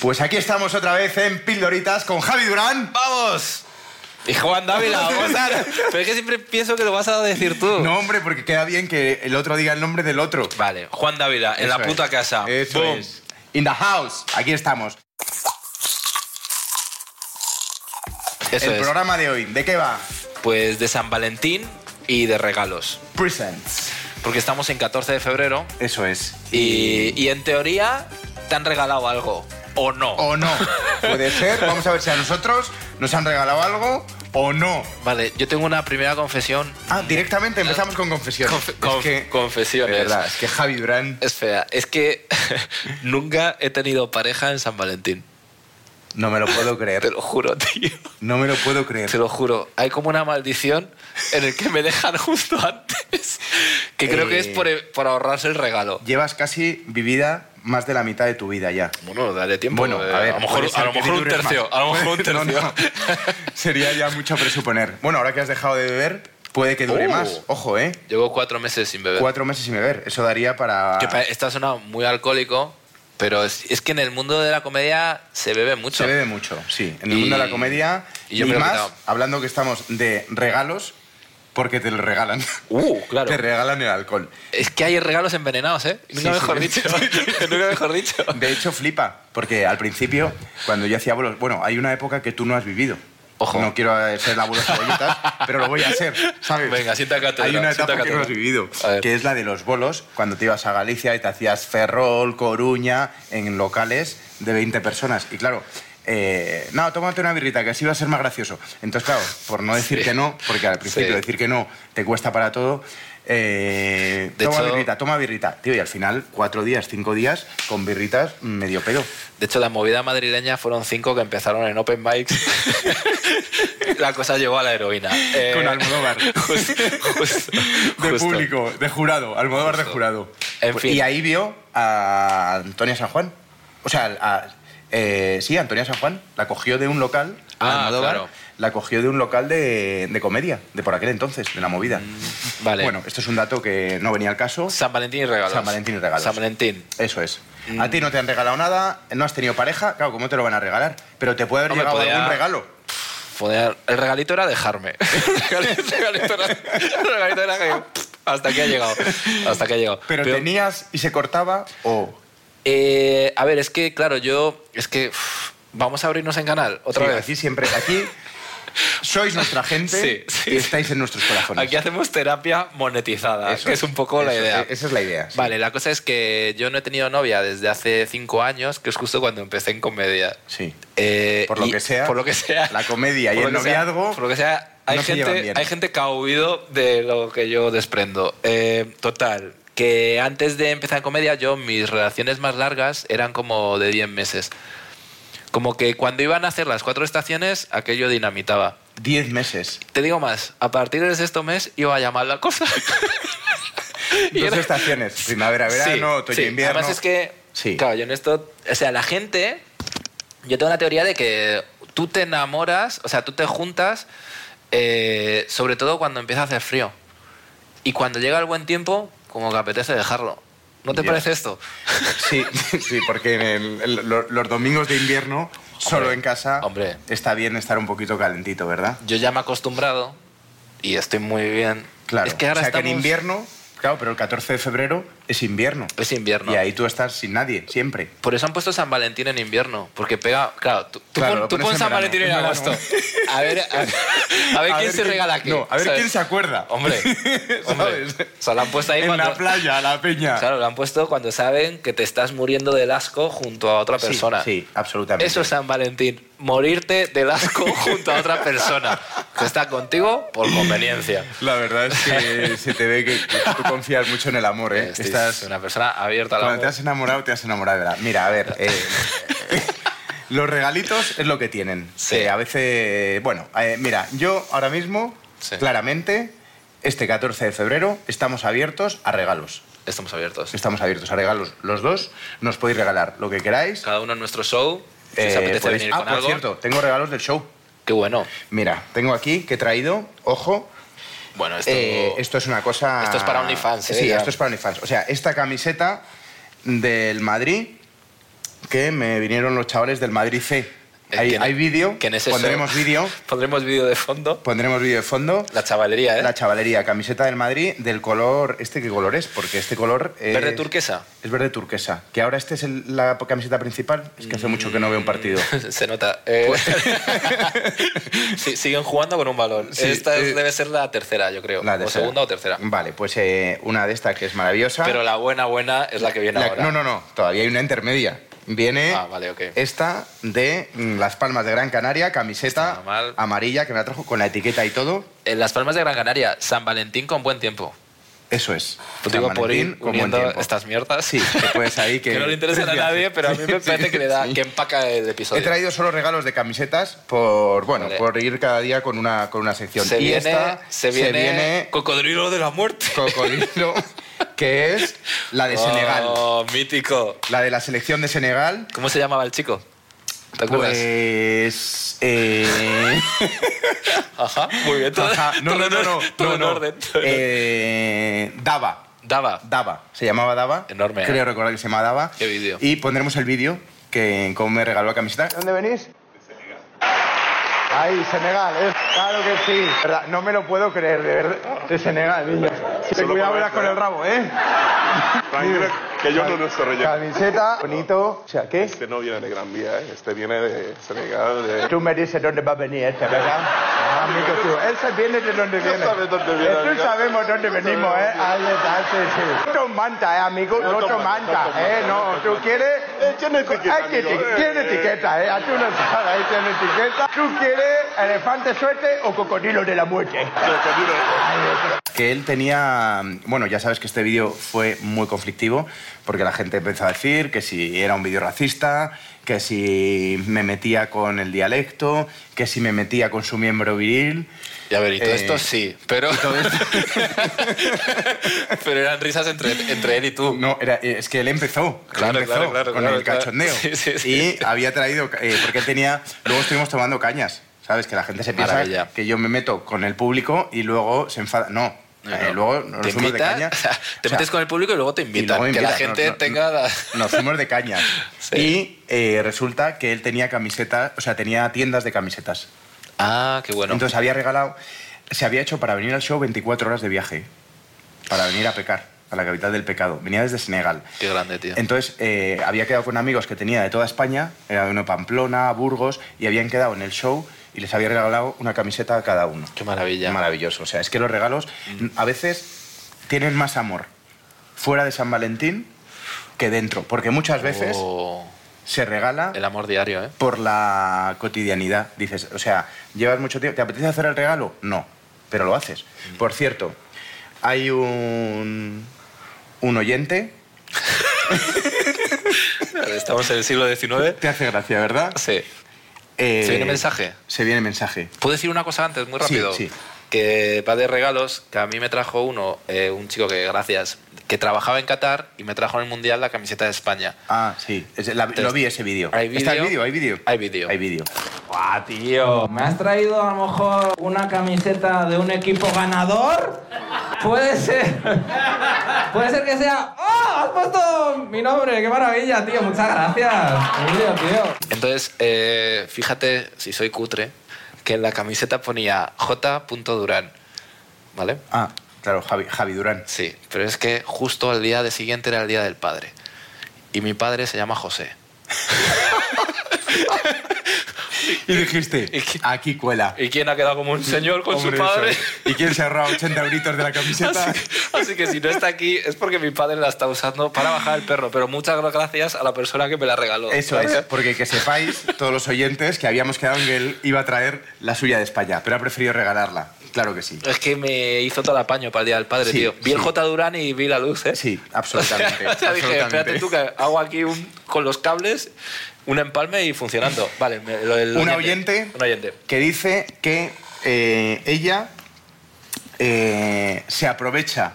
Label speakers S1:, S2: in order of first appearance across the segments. S1: Pues aquí estamos otra vez en Pildoritas con Javi Durán.
S2: ¡Vamos! Y Juan Dávila, vamos a... Pero es que siempre pienso que lo vas a decir tú.
S1: No, hombre, porque queda bien que el otro diga el nombre del otro.
S2: Vale, Juan Dávila, en
S1: Eso
S2: la puta
S1: es.
S2: casa.
S1: Eso
S2: Boom.
S1: es. In the house. Aquí estamos.
S2: Eso
S1: el
S2: es.
S1: programa de hoy, ¿de qué va?
S2: Pues de San Valentín y de regalos.
S1: Presents.
S2: Porque estamos en 14 de febrero
S1: Eso es.
S2: y, y en teoría te han regalado algo. ¿O no?
S1: O no. Puede ser. Vamos a ver si a nosotros nos han regalado algo o no.
S2: Vale, yo tengo una primera confesión.
S1: Ah, directamente empezamos con confesiones.
S2: Conf- conf-
S1: De
S2: confesiones.
S1: verdad, es que Javi Durán.
S2: Es fea. Es que nunca he tenido pareja en San Valentín.
S1: No me lo puedo
S2: Te
S1: creer.
S2: lo juro, tío.
S1: No me lo puedo creer.
S2: Te lo juro, hay como una maldición en el que me dejan justo antes. Que creo que es
S1: Eh.
S2: por, por ahorrarse el regalo.
S1: Llevas casi vivida más de la mitad de tu vida ya.
S2: Bueno, dale tiempo.
S1: Bueno,
S2: eh,
S1: a ver.
S2: lo
S1: puede
S2: mejor,
S1: ser
S2: a lo
S1: que
S2: mejor un
S1: dures más.
S2: tercio. A lo mejor un
S1: No,
S2: tercio.
S1: no. Sería ya mucho presuponer. Bueno, ahora que has dejado de beber, puede que dure
S2: Oh.
S1: más. Ojo, ¿eh?
S2: Llevo cuatro meses sin beber.
S1: Cuatro meses sin beber. Eso daría para.
S2: Que pa- está sonado muy alcohólico, pero es, es que en el mundo de la comedia se bebe mucho.
S1: Se bebe mucho, sí. En el
S2: Y-
S1: mundo de la comedia.
S2: y
S1: Y,
S2: yo me lo he
S1: más,
S2: quitado.
S1: hablando que estamos de regalos, porque te lo regalan.
S2: Uh, claro.
S1: Te regalan el alcohol.
S2: Es que hay regalos envenenados, ¿eh? Nunca
S1: Sí, sí.
S2: mejor dicho. Nunca mejor dicho.
S1: De hecho, flipa, porque al principio, cuando yo hacía bolos, bueno, hay una época que tú no has vivido.
S2: Ojo.
S1: No quiero ser la abuela cebollitas, pero lo voy a hacer, ¿sabes?
S2: Venga, sienta cátedra,
S1: Hay una etapa
S2: sienta
S1: que
S2: cátedra.
S1: no has vivido,
S2: A ver.
S1: que es la de los bolos, cuando te ibas a Galicia y te hacías Ferrol, Coruña, en locales de 20 personas. Y claro, eh, no, tómate una birrita, que así va a ser más gracioso. Entonces, claro, por no decir
S2: Sí.
S1: que no, porque al principio
S2: Sí.
S1: decir que no te cuesta para todo. eh,
S2: De
S1: toma
S2: hecho-
S1: birrita, toma birrita. Tío, y al final, cuatro días, cinco días, con birritas, medio pedo.
S2: De hecho, la movida madrileña fueron cinco que empezaron en open bikes. la cosa llegó a la heroína. Eh,
S1: Con Almodóvar.
S2: Justo, justo,
S1: De
S2: justo.
S1: público, de jurado, Almodóvar de
S2: Justo.
S1: jurado.
S2: En
S1: Pues-
S2: fin.
S1: Y ahí vio a Antonia San Juan. O sea, a- eh, sí, Antonia San Juan. La cogió de un local,
S2: Ah,
S1: Almodóvar,
S2: claro.
S1: la cogió de un local de, de comedia, de por aquel entonces, de la movida.
S2: Mm, Vale.
S1: Bueno, esto es un dato que no venía al caso.
S2: San Valentín y regalos.
S1: San Valentín y regalos.
S2: San Valentín.
S1: Eso es.
S2: Mm.
S1: A ti no te han regalado nada, no has tenido pareja, claro, ¿cómo te lo van a regalar? Pero te puede haber
S2: Hombre,
S1: llegado
S2: podía-
S1: algún regalo.
S2: Joder, El regalito era dejarme. El regalito, era, el regalito era que- Hasta aquí ha llegado. Hasta aquí ha llegado.
S1: Pero, tenías y se cortaba o...
S2: Eh, a ver, es que, claro, yo. Es que. uf, Vamos a abrirnos en canal otra
S1: Sí,
S2: vez.
S1: Aquí siempre, aquí sois nuestra gente
S2: Sí, sí.
S1: y estáis en nuestros corazones.
S2: Aquí hacemos terapia monetizada,
S1: Eso
S2: que es un poco la
S1: eso,
S2: idea.
S1: e- Esa es la idea. sí.
S2: Vale, la cosa es que yo no he tenido novia desde hace cinco años, que es justo cuando empecé en comedia.
S1: Sí.
S2: Eh,
S1: Por lo
S2: y-
S1: que sea,
S2: Por lo que sea.
S1: la comedia y
S2: por
S1: el
S2: lo que sea-
S1: noviazgo
S2: por lo que sea, hay,
S1: no se llevan
S2: gente,
S1: bien.
S2: hay gente que ha huido de lo que yo desprendo. Eh, total, que antes de empezar en comedia, yo mis relaciones más largas eran como de 10 meses. Como que cuando iban a hacer las cuatro estaciones, aquello dinamitaba.
S1: Diez meses.
S2: Te digo más, a partir del sexto mes iba a llamar la cosa. Y
S1: Dos
S2: era-
S1: estaciones. Primavera, verano,
S2: Sí,
S1: otoño,
S2: sí.
S1: invierno.
S2: Además es que,
S1: Sí.
S2: claro, yo en esto, o sea, la gente, yo tengo la teoría de que tú te enamoras, o sea, tú te juntas, eh, sobre todo cuando empieza a hacer frío. Y cuando llega el buen tiempo, como que apetece dejarlo. ¿No te
S1: Ya.
S2: parece esto?
S1: Sí, sí, porque en el- el- lo- los domingos de invierno, solo en casa,
S2: hombre.
S1: está bien estar un poquito calentito, ¿verdad?
S2: Yo ya me he acostumbrado y estoy muy bien.
S1: Claro.
S2: Es que ahora
S1: o sea, que en
S2: estamos-
S1: invierno, claro, pero el 14 de febrero es invierno.
S2: Es invierno.
S1: Y ahí tú estás sin nadie, siempre.
S2: Por eso han puesto San Valentín en invierno, porque pega. Claro, tú, tú
S1: Claro,
S2: pon-
S1: lo
S2: tú
S1: pones
S2: pon
S1: en
S2: San
S1: verano,
S2: Valentín en
S1: en
S2: agosto. A ver, a, a ver
S1: A
S2: quién se regala qué.
S1: No, a ver
S2: ¿sabes?
S1: quién se acuerda.
S2: Hombre, hombre.
S1: ¿Sabes?
S2: O sea, lo han puesto ahí
S1: en
S2: cuando.
S1: la playa, la peña.
S2: Claro, lo han puesto cuando saben que te estás muriendo del asco junto a otra
S1: Sí,
S2: persona.
S1: Sí, absolutamente.
S2: Eso es San Valentín, morirte del asco junto a otra persona que está contigo por conveniencia.
S1: La verdad es que se te ve que que tú confías mucho en el amor, ¿eh?
S2: Este
S1: Estás,
S2: es una persona abierta al
S1: cuando te
S2: amor.
S1: has enamorado, te has enamorado de verdad. Mira, a ver. eh, los regalitos es lo que tienen.
S2: Sí.
S1: Que a veces. Bueno, eh, mira, yo ahora mismo,
S2: Sí.
S1: claramente, este 14 de febrero, estamos abiertos a regalos.
S2: Estamos abiertos.
S1: Estamos abiertos a regalos los dos. Nos podéis regalar lo que queráis.
S2: Cada uno en nuestro show. Si os
S1: Eh,
S2: apetece
S1: podéis-
S2: venir
S1: ah,
S2: con
S1: por
S2: algo.
S1: cierto, tengo regalos del show.
S2: Qué bueno.
S1: Mira, tengo aquí que he traído, ojo,
S2: Bueno,
S1: eh, esto,
S2: esto.
S1: es una cosa...
S2: Esto es para OnlyFans, ¿eh?
S1: Sí,
S2: Ya.
S1: esto es para OnlyFans. O sea, esta camiseta del Madrid que me vinieron los chavales del Madrid C.
S2: Eh,
S1: Hay,
S2: que no-
S1: hay vídeo,
S2: que en ese
S1: pondremos
S2: show-
S1: vídeo,
S2: Pondremos vídeo de fondo.
S1: pondremos vídeo de fondo.
S2: La chavalería, ¿eh?
S1: La chavalería, camiseta del Madrid, del color, ¿este qué color es? Porque este color es...
S2: Verde turquesa.
S1: Es verde turquesa, que ahora este es el- la camiseta principal. Es que hace mucho que no veo un partido. Pues-
S2: Se nota. Eh, sí, siguen jugando con un balón.
S1: Sí,
S2: Esta es-
S1: eh,
S2: debe ser la tercera, yo creo.
S1: La
S2: o
S1: tercera.
S2: segunda o tercera.
S1: Vale, pues eh, una de estas que es maravillosa.
S2: Pero la buena, buena es la que viene
S1: La-
S2: ahora.
S1: no, eh. no, no, todavía hay una intermedia. Viene
S2: Ah, vale, ok.
S1: esta de mm, Las Palmas de Gran Canaria,
S2: Está
S1: camiseta
S2: mal.
S1: amarilla que me la trajo con la etiqueta y todo.
S2: En Las Palmas de Gran Canaria, San Valentín con buen tiempo.
S1: Eso es.
S2: Lo digo
S1: San
S2: por ir
S1: Valentín, con buen
S2: uniendo
S1: tiempo.
S2: estas mierdas.
S1: Sí, que puedes ahí que...
S2: Que no le interesan a nadie, pero a mí me parece que le da, que empaca el
S1: He
S2: episodio.
S1: traído solo regalos de camisetas por, bueno,
S2: Vale.
S1: por ir cada día con una, con una sección.
S2: Se
S1: y
S2: viene,
S1: esta
S2: se viene, Cocodrilo de la muerte.
S1: Cocodrilo, que es la de Senegal.
S2: Oh, mítico.
S1: La de la selección de Senegal.
S2: ¿Cómo se llamaba el chico? ¿Te acuerdas?
S1: Pues... eh,
S2: Ajá, muy bien. Todo,
S1: ajá, No,
S2: todo
S1: no,
S2: en
S1: no,
S2: or-
S1: no.
S2: todo
S1: no,
S2: en
S1: no.
S2: orden.
S1: Eh, Dava.
S2: Daba.
S1: Dava. Se llamaba Dava.
S2: Enorme, ¿eh?
S1: Creo recordar que se llamaba Dava.
S2: Qué vídeo.
S1: Y pondremos el vídeo que como me regaló la camiseta. ¿Dónde venís? Ahí, Senegal, ¿eh? claro que sí. Verdad, No me lo puedo creer, de verdad. De Senegal, niño. Ten
S3: Solo
S1: cuidado
S3: para
S1: verás
S3: esto,
S1: con
S3: ¿eh?
S1: el rabo, ¿eh?
S3: Tranquilo, que yo no lo estoy relleno.
S1: Camiseta, bonito. O sea, ¿qué?
S3: Este no viene de Gran Vía, ¿eh? este viene de Senegal. De...
S1: Tú me dices dónde va a venir este, ¿verdad? Ah, amigo tú. Él se viene de dónde
S3: Ya
S1: viene.
S3: sabe dónde viene,
S1: Nosotros
S3: amigo.
S1: sabemos dónde venimos, ¿eh? Ahí está, sí, sí. No te manta, ¿eh, amigo? No,
S3: No
S1: te
S3: toma,
S1: manta,
S3: no toma,
S1: ¿eh?
S3: no
S1: No, tú quieres...
S3: Eh, tiene etiqueta,
S1: Hay que
S3: amigo,
S1: eti-
S3: eh,
S1: tiene
S3: eh.
S1: etiqueta, ¿eh? A tú no sabes, ahí tiene etiqueta. ¿Tú quieres elefante suerte o cocodrilo de la muerte? que él tenía... Bueno, ya sabes que este vídeo fue muy conflictivo porque la gente empezó a decir que si era un vídeo racista, que si me metía con el dialecto, que si me metía con su miembro viril.
S2: Y a ver, y todo
S1: Eh,
S2: esto sí, pero. pero eran risas entre, entre él y tú.
S1: No, era, eh, es que él empezó, él
S2: Claro,
S1: empezó
S2: claro, claro,
S1: con
S2: claro,
S1: el
S2: claro.
S1: cachondeo.
S2: Sí, sí, sí.
S1: Y había traído, eh, porque él tenía, luego estuvimos tomando cañas, ¿sabes? Que la gente se piensa
S2: Maravilla.
S1: que yo me meto con el público y luego se enfada. No,
S2: No,
S1: eh,
S2: no.
S1: luego nos
S2: te
S1: fuimos de
S2: invita,
S1: caña.
S2: o sea,
S1: O
S2: te
S1: sea,
S2: metes con el público y luego te
S1: Y
S2: invitan.
S1: luego
S2: que la
S1: invita,
S2: gente
S1: no, no,
S2: tenga.
S1: no,
S2: la-
S1: Nos fuimos de caña.
S2: Sí.
S1: Y eh, resulta que él tenía camisetas, o sea, tenía tiendas de camisetas.
S2: Ah, qué bueno.
S1: Entonces había regalado, se había hecho para venir al show 24 horas de viaje, para venir a pecar, a la capital del pecado. Venía desde Senegal.
S2: qué grande, tío.
S1: Entonces eh, había quedado con amigos que tenía de toda España, era uno de Pamplona, Burgos, y habían quedado en el show y les había regalado una camiseta a cada uno.
S2: Qué maravilla. Mm.
S1: Maravilloso. O sea, es que los regalos a veces tienen más amor fuera de San Valentín que dentro, porque muchas veces
S2: Oh,
S1: se regala
S2: el amor diario, ¿eh?
S1: por la cotidianidad. Dices, o sea, llevas mucho tiempo. ¿Te apetece hacer el regalo? No, pero lo haces.
S2: Mm.
S1: Por cierto, hay un, un oyente.
S2: Estamos en el siglo XIX.
S1: Te hace gracia, ¿verdad?
S2: Sí.
S1: Eh,
S2: ¿Se viene mensaje?
S1: Se viene mensaje.
S2: ¿Puedo decir una cosa antes, muy
S1: Sí,
S2: rápido?
S1: sí.
S2: Que va de regalos, que a mí me trajo uno, eh, un chico que, gracias, que trabajaba en Qatar y me trajo en el Mundial la camiseta de España.
S1: Ah, sí. es- la- lo vi ese vídeo.
S2: ¿Hay
S1: ¿Está el
S2: vídeo?
S1: vídeo? ¿Hay vídeo?
S2: Hay vídeo.
S1: Hay vídeo.
S4: Ah, tío, ¿me has traído a lo mejor una camiseta de un equipo ganador? Puede ser. Puede ser que sea. ¡Oh! ¡Has puesto mi nombre! ¡Qué maravilla, tío! Muchas gracias. Tío, tío.
S2: Entonces, eh, fíjate, si soy cutre, que en la camiseta ponía J. Durán. ¿Vale?
S1: Ah, claro, Javi, Javi Durán.
S2: Sí, pero es que justo al día de siguiente era el día del padre. Y mi padre se llama José.
S1: Y dijiste,
S2: ¿Y qué?
S1: aquí cuela.
S2: ¿Y quién ha quedado como un señor con
S1: Mm, Hombre,
S2: su padre? Ah,
S1: eso es. ¿Y quién se ha ahorrado 80 euritos de la camiseta?
S2: Así, así que si no está aquí es porque mi padre la está usando para bajar el perro. Pero muchas gracias a la persona que me la regaló.
S1: Eso es, porque que sepáis, todos los oyentes, que habíamos quedado en que él iba a traer la suya de España, pero ha preferido regalarla. Claro que sí.
S2: Es que me hizo todo el apaño para el Día del Padre,
S1: Sí,
S2: tío. Vi el
S1: sí.
S2: J. Durán y vi la luz, ¿eh?
S1: Sí,
S2: O sea,
S1: absolutamente.
S2: dije,
S1: absolutamente.
S2: espérate tú que hago aquí un- con los cables un empalme y funcionando. Vale, me- lo del
S1: Un oyente.
S2: Un oyente.
S1: Que dice que eh, ella eh, se aprovecha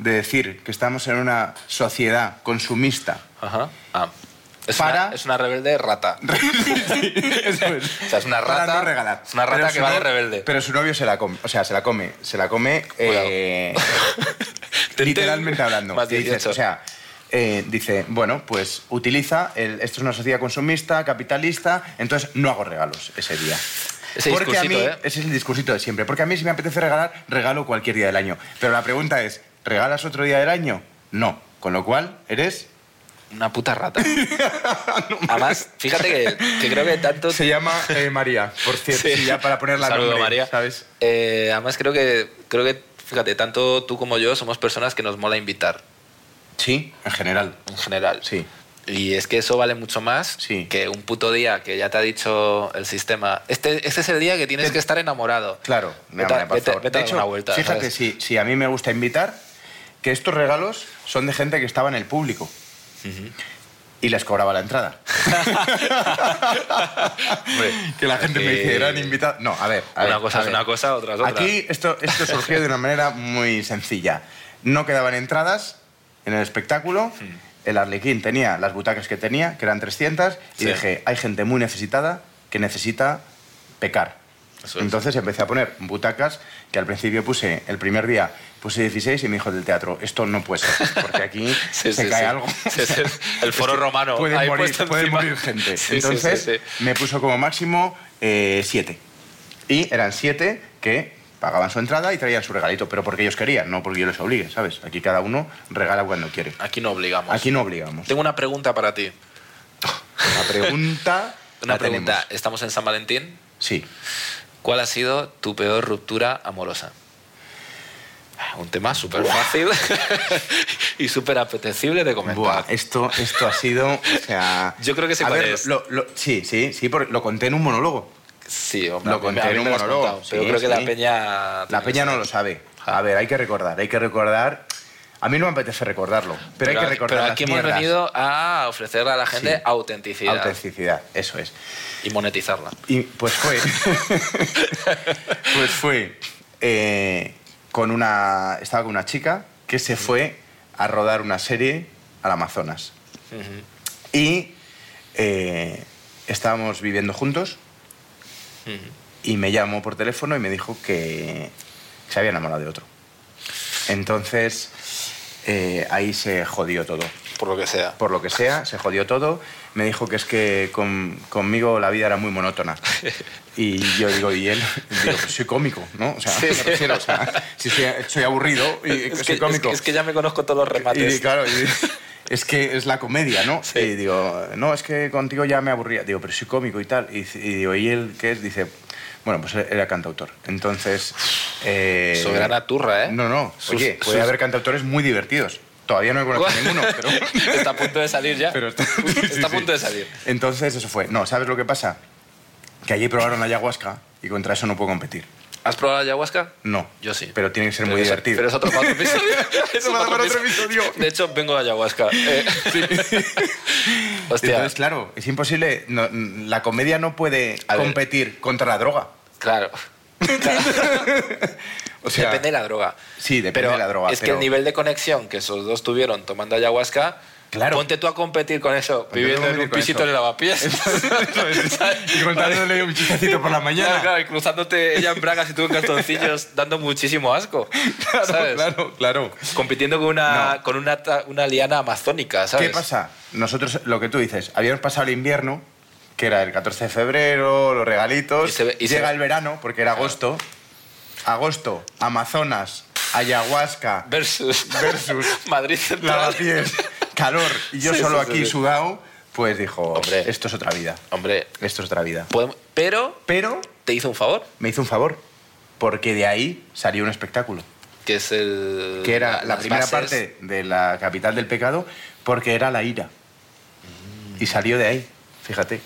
S1: de decir que estamos en una sociedad consumista.
S2: Ajá. Ah. Es,
S1: Para-
S2: una, es una rebelde rata.
S1: Eso es.
S2: O sea, es una
S1: Para
S2: rata.
S1: no regalar.
S2: Es una rata
S1: Pero
S2: que
S1: su
S2: va de
S1: no-
S2: rebelde.
S1: Pero su novio se la come. O sea, se la come. Se la come.
S2: Cuidado.
S1: eh,
S2: Ten, ten.
S1: literalmente hablando.
S2: Más
S1: Y dices,
S2: 18.
S1: o sea, eh, dice, bueno, pues utiliza, el, esto es una sociedad consumista, capitalista, entonces no hago regalos ese día.
S2: Ese
S1: porque a mí,
S2: discursito, ¿eh?
S1: ese es el discursito de siempre, porque a mí si me apetece regalar, regalo cualquier día del año. Pero la pregunta es, ¿regalas otro día del año? No, con lo cual eres...
S2: Una puta rata. Además, fíjate que, que creo que tanto...
S1: Se llama eh, María, por cierto,
S2: Sí.
S1: sí, ya para ponerla
S2: Saludo,
S1: nombre,
S2: María.
S1: ¿sabes?
S2: Eh, además, creo que, creo que, fíjate, tanto tú como yo somos personas que nos mola invitar,
S1: Sí, en general.
S2: en general.
S1: Sí.
S2: Y es que eso vale mucho más
S1: Sí.
S2: que un puto día que ya te ha dicho el sistema. Este, este es el día que tienes que estar enamorado.
S1: Claro,
S2: Vete a-
S1: María, por
S2: vete-
S1: favor.
S2: vete a
S1: de
S2: dar
S1: hecho,
S2: una vuelta,
S1: fíjate,
S2: ¿sabes?
S1: si, si a mí me gusta invitar, que estos regalos son de gente que estaba en el público. Y les cobraba la entrada. que la gente me dice,
S2: eh,
S1: eran invitados. No, a ver. a
S2: una
S1: ver,
S2: cosa
S1: a
S2: es
S1: ver.
S2: una cosa, otra es otra.
S1: Aquí esto, esto surgió de una manera muy sencilla. No quedaban entradas en el espectáculo.
S2: Hmm.
S1: El Arlequín tenía las butacas que tenía, que eran 300,
S2: Sí.
S1: y dije, hay gente muy necesitada que necesita pecar.
S2: Eso es.
S1: Entonces empecé a poner butacas que al principio puse, el primer día puse 16 y me dijo del teatro, esto no puede ser, porque aquí
S2: Sí,
S1: se
S2: sí,
S1: cae
S2: sí.
S1: algo.
S2: Sí, sí. El foro romano.
S1: Puede
S2: ahí
S1: morir,
S2: puesto
S1: puede
S2: encima.
S1: morir gente.
S2: Sí, sí,
S1: Entonces
S2: sí, sí.
S1: me puso como máximo 7. y eran 7 que pagaban su entrada y traían su regalito, pero porque ellos querían, no porque yo les obligue, ¿sabes? Aquí cada uno regala cuando quiere.
S2: Aquí no obligamos.
S1: Aquí no obligamos.
S2: Tengo una pregunta para ti.
S1: La pregunta...
S2: Una
S1: la tenemos.
S2: pregunta. Estamos en San Valentín.
S1: Sí.
S2: ¿Cuál ha sido tu peor ruptura amorosa? Ah, Un tema súper fácil y súper apetecible de comentar.
S1: Buah, esto, esto ha sido, o sea...
S2: Yo creo que sé
S1: a
S2: cuál
S1: ver,
S2: es.
S1: lo- lo- sí, sí, sí, porque lo conté en un monólogo.
S2: Sí, hombre,
S1: Lo
S2: a mí-
S1: conté
S2: a mí
S1: en
S2: me
S1: un
S2: lo has
S1: monólogo,
S2: contado, pero
S1: sí,
S2: creo que la
S1: sí.
S2: peña...
S1: La peña no lo sabe. A ver, hay que recordar, hay que recordar... A mí no me apetece recordarlo, pero, hay que recordar
S2: Pero
S1: las
S2: aquí hemos
S1: mierdas.
S2: venido a ofrecerle a la gente
S1: Sí.
S2: autenticidad
S1: Autenticidad, eso es.
S2: y monetizarla.
S1: Y pues fue. pues fue. eh, con una. Estaba con una chica que se fue a rodar una serie al Amazonas. Y eh, estábamos viviendo juntos. Y me llamó por teléfono y me dijo que se había enamorado de otro. Entonces. eh, ahí se jodió todo
S2: Por lo que sea.
S1: por lo que sea, se jodió todo. Me dijo que es que con- conmigo la vida era muy monótona. Y yo digo, ¿y él? Digo, pues soy cómico, ¿no? O sea,
S2: Sí,
S1: me
S2: sí.
S1: refiero, o sea, si soy, soy aburrido y
S2: Es que,
S1: soy cómico.
S2: es que- es que ya me conozco todos los remates.
S1: Y claro, y- es que es la comedia, ¿no?
S2: Sí.
S1: Y digo, no, es que contigo ya me aburría. Digo, pero soy cómico y tal. Y, dice- y digo, ¿y él qué es? Dice, bueno, pues era cantautor. Entonces... eh,
S2: Soberana turra, ¿eh?
S1: No, no.
S2: Sus-
S1: Oye, puede
S2: sus-
S1: haber cantautores muy divertidos. Todavía no he conocido ninguno, pero...
S2: está a punto de salir ya.
S1: Pero está,
S2: está
S1: sí,
S2: a
S1: sí.
S2: punto de salir.
S1: Entonces eso fue. No, ¿sabes lo que pasa? Que allí probaron ayahuasca y contra eso no puedo competir.
S2: ¿Has probado ayahuasca?
S1: No.
S2: Yo sí.
S1: Pero tiene que ser
S2: Pero
S1: muy
S2: es-
S1: divertido.
S2: Eh, Pero es otro, para otro episodio.
S1: Eso va para otro episodio.
S2: De hecho, vengo de ayahuasca. Eh, Hostia.
S1: Entonces, claro, es imposible. no, n- la comedia no puede
S2: A ver.
S1: competir contra la droga.
S2: Claro.
S1: O sea,
S2: depende de la droga.
S1: Sí, depende
S2: Pero
S1: de la droga,
S2: Es que
S1: pero-
S2: el nivel de conexión que esos dos tuvieron tomando ayahuasca.
S1: Claro.
S2: Ponte tú a competir con eso,
S1: Ponte tú a
S2: viviendo en
S1: competir
S2: un
S1: con
S2: pisito
S1: eso.
S2: en el lavapiés.
S1: y contándole un chistecito por la
S2: Claro,
S1: mañana.
S2: claro, y cruzándote ella en bragas y tú en calzoncillos, dando muchísimo asco.
S1: Claro,
S2: ¿sabes?
S1: claro, claro.
S2: Compitiendo con una,
S1: No.
S2: con una, ta- una liana amazónica, ¿sabes?
S1: ¿Qué pasa? Nosotros, lo que tú dices, habíamos pasado el invierno, que era el 14 de febrero, los regalitos.
S2: Y se ve- y se
S1: Llega
S2: ve-
S1: el verano, porque era agosto. Agosto, Amazonas, ayahuasca,
S2: Versus,
S1: Versus.
S2: Madrid Central.
S1: lavapiés, calor, y yo
S2: Sí,
S1: solo
S2: sí, sí,
S1: aquí
S2: sí.
S1: sudado, pues dijo,
S2: Hombre.
S1: esto es otra vida,
S2: Hombre,
S1: esto es otra vida.
S2: podemos- pero
S1: Pero
S2: te hizo un favor,
S1: me hizo un favor, porque de ahí salió un espectáculo,
S2: que es el...
S1: que era la
S2: las
S1: primera
S2: bases.
S1: parte de la capital del pecado, porque era la ira.
S2: Mm.
S1: Y salió de ahí, fíjate.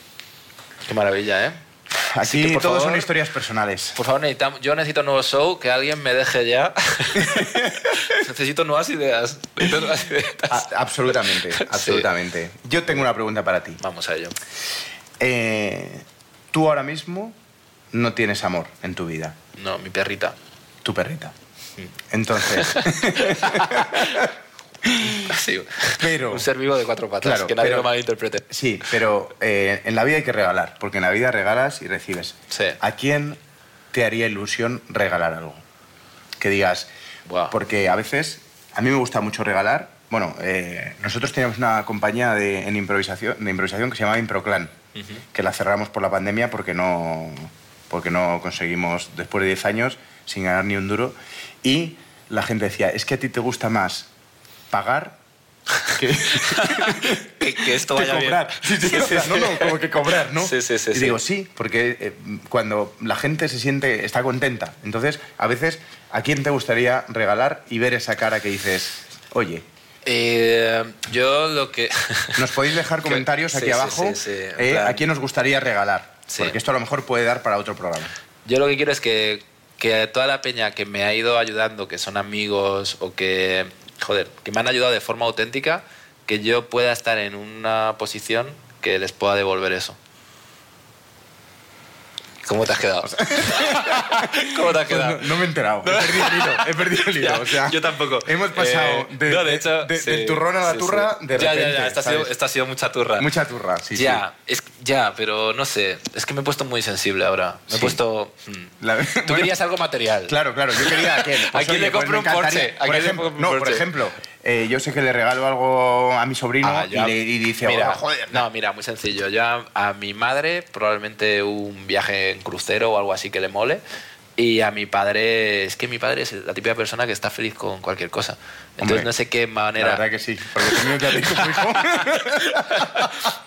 S2: Qué maravilla, ¿eh? Así
S1: Aquí
S2: que, por
S1: todo
S2: favor,
S1: son historias personales.
S2: Por favor, necesitamos, yo necesito un nuevo show, que alguien me deje ya. necesito nuevas ideas. Necesito nuevas ideas.
S1: A- absolutamente, absolutamente. Yo tengo una pregunta para ti.
S2: Vamos a ello.
S1: Eh, tú ahora mismo no tienes amor en tu vida,
S2: No, mi perrita.
S1: tu perrita. Entonces,
S2: Sí.
S1: pero...
S2: Un ser vivo de cuatro patas,
S1: Claro,
S2: que nadie
S1: pero-
S2: lo malinterprete.
S1: Sí, pero eh, en la vida hay que regalar, porque en la vida regalas y recibes.
S2: Sí.
S1: ¿A quién te haría ilusión regalar algo? Que digas,
S2: Buah.
S1: porque a veces, a mí me gusta mucho regalar, Bueno, eh, nosotros teníamos una compañía de, en improvisación, de improvisación que se llamaba Improclan, que la cerramos por la pandemia porque no, porque no conseguimos, después de 10 años, sin ganar ni un duro. Y la gente decía, es que a ti te gusta más pagar que,
S2: Que, que esto
S1: que
S2: vaya bien.
S1: cobrar. Sí, sí, sí, no, no, como que cobrar, ¿no?
S2: Sí, sí, sí,
S1: Y
S2: sí.
S1: digo, sí, porque eh, cuando la gente se siente, está contenta. Entonces, a veces, ¿a quién te gustaría regalar y ver esa cara que dices, oye,
S2: Eh, yo lo que...
S1: Nos podéis dejar
S2: Que-
S1: comentarios
S2: sí,
S1: aquí
S2: sí,
S1: abajo
S2: sí, sí, en
S1: eh,
S2: plan-
S1: a quién os gustaría regalar.
S2: Sí.
S1: Porque esto a lo mejor puede dar para otro programa.
S2: Yo lo que quiero es que, que toda la peña que me ha ido ayudando, que son amigos o que, joder, que me han ayudado de forma auténtica, que yo pueda estar en una posición que les pueda devolver eso. ¿Cómo te has quedado? ¿Cómo te has
S1: Pues
S2: quedado?
S1: no, no me he enterado. He perdido el hilo. He perdido el hilo.
S2: Ya,
S1: o sea,
S2: yo tampoco.
S1: Hemos pasado
S2: Eh,
S1: de-
S2: no, de
S1: de-
S2: hecho,
S1: de-
S2: sí,
S1: del turrón a la
S2: sí,
S1: turra
S2: sí.
S1: de
S2: Ya,
S1: repente.
S2: ya, ya. Esta ha,
S1: ¿sabes?
S2: sido, esta ha sido mucha turra.
S1: Mucha turra, sí.
S2: ya, es, ya, pero no sé. Es que me he puesto muy sensible ahora. Me he
S1: Sí.
S2: puesto. mm.
S1: sí. La-
S2: Tú
S1: bueno,
S2: querías algo material.
S1: Claro, claro. Yo quería a aquel.
S2: ¿A quién le
S1: pues
S2: compro
S1: me
S2: un
S1: encantaría-
S2: Porsche? ¿A
S1: Por
S2: quién le
S1: ejemplo,
S2: compro un
S1: no, por
S2: Porsche?
S1: ejemplo, eh, yo sé que le regalo algo a mi sobrino
S2: Ah, yo
S1: y,
S2: a-
S1: le, y dice,
S2: mira,
S1: "Oh, joder.
S2: No, mira, muy sencillo. Yo a, a mi madre, probablemente un viaje en crucero o algo así que le mole. Y a mi padre, es que mi padre es la típica persona que está feliz con cualquier cosa. Entonces
S1: Hombre,
S2: no sé qué
S1: La
S2: manera.
S1: verdad que sí, porque tengo que hacer muy joven.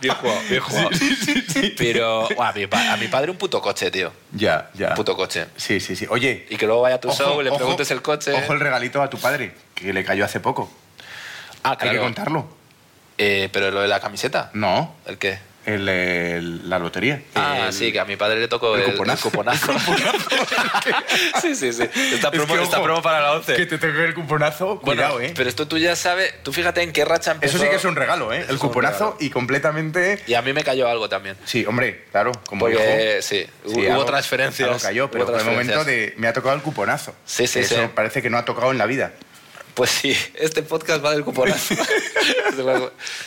S2: Bien jugado, bien jugado. Pero buah, a, mi pa- a mi padre un puto coche, tío.
S1: Ya, ya.
S2: Un puto coche.
S1: Sí, sí, sí. Oye,
S2: Y que luego vaya a tu
S1: Ah. Ojo,
S2: show, le
S1: ojo,
S2: preguntes el coche.
S1: Ojo el regalito a tu padre, que le cayó hace poco.
S2: ah, claro.
S1: Hay que Mm. contarlo.
S2: Eh, pero lo de la camiseta.
S1: No,
S2: ¿El qué?
S1: el, el- la lotería.
S2: Ah,
S1: El-
S2: sí, que a mi padre le tocó
S1: el
S2: el,
S1: cuponazo.
S2: el cuponazo. sí, sí, sí. Esta
S1: Es
S2: promo,
S1: que,
S2: esta
S1: ojo,
S2: promo para la
S1: Que
S2: 11.
S1: te toque el cuponazo,
S2: Bueno,
S1: cuidado, ¿eh?
S2: pero esto tú ya sabes, tú fíjate en qué racha empezó.
S1: Eso sí que es un regalo, ¿eh?
S2: Eso
S1: El
S2: es un
S1: cuponazo
S2: regalo.
S1: y completamente...
S2: Y a mí me cayó algo también.
S1: Sí, hombre, claro, como
S2: Porque
S1: dijo.
S2: sí, hu-
S1: Sí,
S2: hubo
S1: algo-
S2: transferencias.
S1: algo cayó, pero
S2: hubo
S1: por el momento
S2: transferencias.
S1: de... Me ha tocado el cuponazo.
S2: Sí, sí,
S1: Eso
S2: sí.
S1: parece que no ha tocado en la vida.
S2: Pues sí, este podcast va del cuponazo.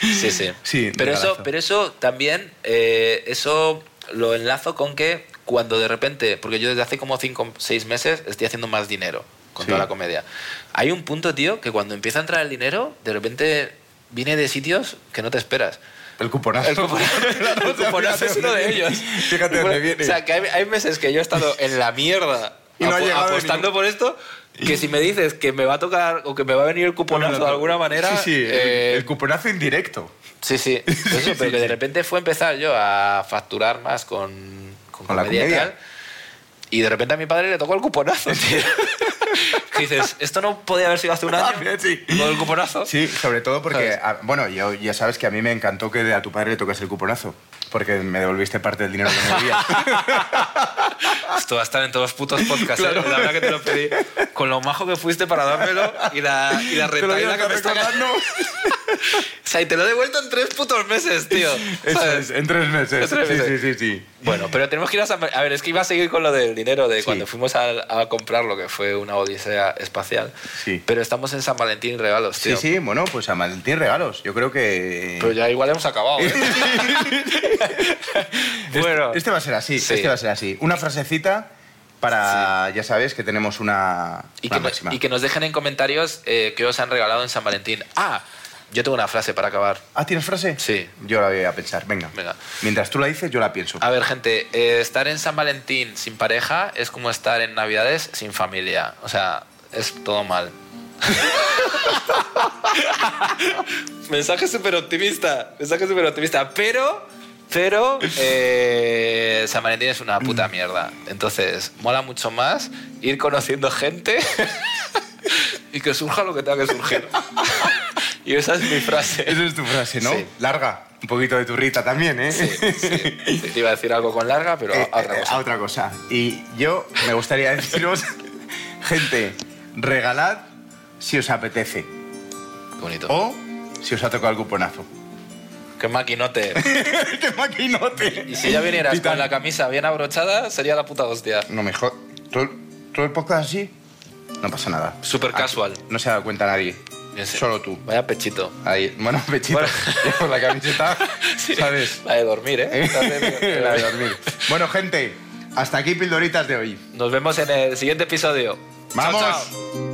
S2: sí, sí.
S1: Sí,
S2: pero, eso,
S1: regalazo.
S2: pero eso también, eh, eso lo enlazo con que cuando de repente, porque yo desde hace como 5 6 meses estoy haciendo más dinero con
S1: Sí.
S2: toda la comedia. Hay un punto, tío, que cuando empieza a entrar el dinero, de repente viene de sitios que no te esperas.
S1: El cuponazo.
S2: El cuponazo,
S1: Claro,
S2: el
S1: o sea,
S2: cuponazo
S1: fíjate
S2: es uno
S1: dónde
S2: de
S1: viene.
S2: ellos.
S1: Fíjate dónde viene.
S2: O sea, que hay, hay meses que yo he estado en la mierda
S1: Y no ha
S2: apo-
S1: llegado
S2: apostando
S1: ningún-
S2: por esto, que si me dices que me va a tocar o que me va a venir el cuponazo de alguna manera...
S1: Sí, sí, el-
S2: eh,
S1: el cuponazo indirecto.
S2: Sí, sí. Eso,
S1: Sí, sí,
S2: pero que de
S1: sí.
S2: repente fue empezar yo a facturar más con, con,
S1: Con la
S2: comedia y
S1: comedia.
S2: tal. Y de repente a mi padre le tocó el cuponazo, tío. Que dices, esto no podía haber sido hace un año.
S1: Ah, sí.
S2: Con el cuponazo.
S1: Sí, sobre todo porque,
S2: ¿Sabes?
S1: ah, bueno, yo, ya sabes que a mí me encantó que a tu padre le tocase el cuponazo, porque me devolviste parte del dinero que me debías.
S2: Esto va a estar en todos los putos podcasts. ¿eh? La verdad que te lo pedí. Con lo majo que fuiste para dármelo y la, y la
S1: Te lo
S2: rentabilidad que
S1: ibas
S2: me está
S1: recordando.
S2: O sea, y te lo he devuelto en tres putos meses, tío.
S1: Eso
S2: ¿Sabes?
S1: es, en tres meses.
S2: En tres meses.
S1: Sí, sí, sí, sí.
S2: Bueno, pero tenemos que ir a San Fer- A ver, es que iba a seguir con lo del dinero de
S1: Sí.
S2: cuando fuimos a, a comprarlo, que fue una odisea espacial.
S1: Sí.
S2: Pero estamos en San Valentín y regalos,
S1: Sí,
S2: tío.
S1: sí, bueno, pues a Valentín regalos. Yo creo que...
S2: Pero ya igual hemos acabado, ¿eh?
S1: Este-
S2: bueno.
S1: Este, va a ser así,
S2: Sí.
S1: este va a ser así. Una frasecita para, ya sabes, que tenemos una,
S2: Y
S1: una
S2: que, no-
S1: máxima.
S2: y que nos dejen en comentarios eh, qué os han regalado en San Valentín. Ah, yo tengo una frase para acabar.
S1: Ah, ¿tienes frase?
S2: Sí.
S1: Yo la voy a pensar, venga.
S2: Venga.
S1: Mientras tú la dices, yo la pienso.
S2: A ver, gente, eh, estar en San Valentín sin pareja es como estar en Navidades sin familia. O sea, es todo mal. mensaje súper optimista, mensaje súper optimista, pero, pero eh, San Valentín es una puta mierda. Entonces, mola mucho más ir conociendo gente y que surja lo que tenga que surgir. y esa es mi frase.
S1: Esa es tu frase, ¿no?
S2: Sí.
S1: Larga. Un poquito de turrita también, ¿eh?
S2: Sí, sí. Te iba a decir algo con larga, pero
S1: Eh,
S2: a- a otra
S1: eh,
S2: cosa.
S1: a otra cosa. Y yo me gustaría deciros, gente, regalad si os apetece
S2: Qué Bonito.
S1: o si os ha tocado el cuponazo.
S2: Qué maquinote.
S1: ¡Qué maquinote!
S2: Y si ya vinieras
S1: Y tal.
S2: con la camisa bien abrochada, sería la puta hostia.
S1: No mejor. ¿Todo, todo el podcast así? No pasa nada.
S2: Súper
S1: Aquí
S2: casual.
S1: No se ha dado cuenta nadie.
S2: Ese.
S1: Solo tú.
S2: Vaya pechito.
S1: Ahí. Bueno, pechito.
S2: Bueno.
S1: Llevo la camiseta,
S2: Sí,
S1: ¿sabes?
S2: La de dormir, ¿eh?
S1: La de dormir. Bueno, gente, hasta aquí pildoritas de hoy.
S2: Nos vemos en el siguiguiente episodio. Chao,
S1: ¡Vamos!
S2: chao.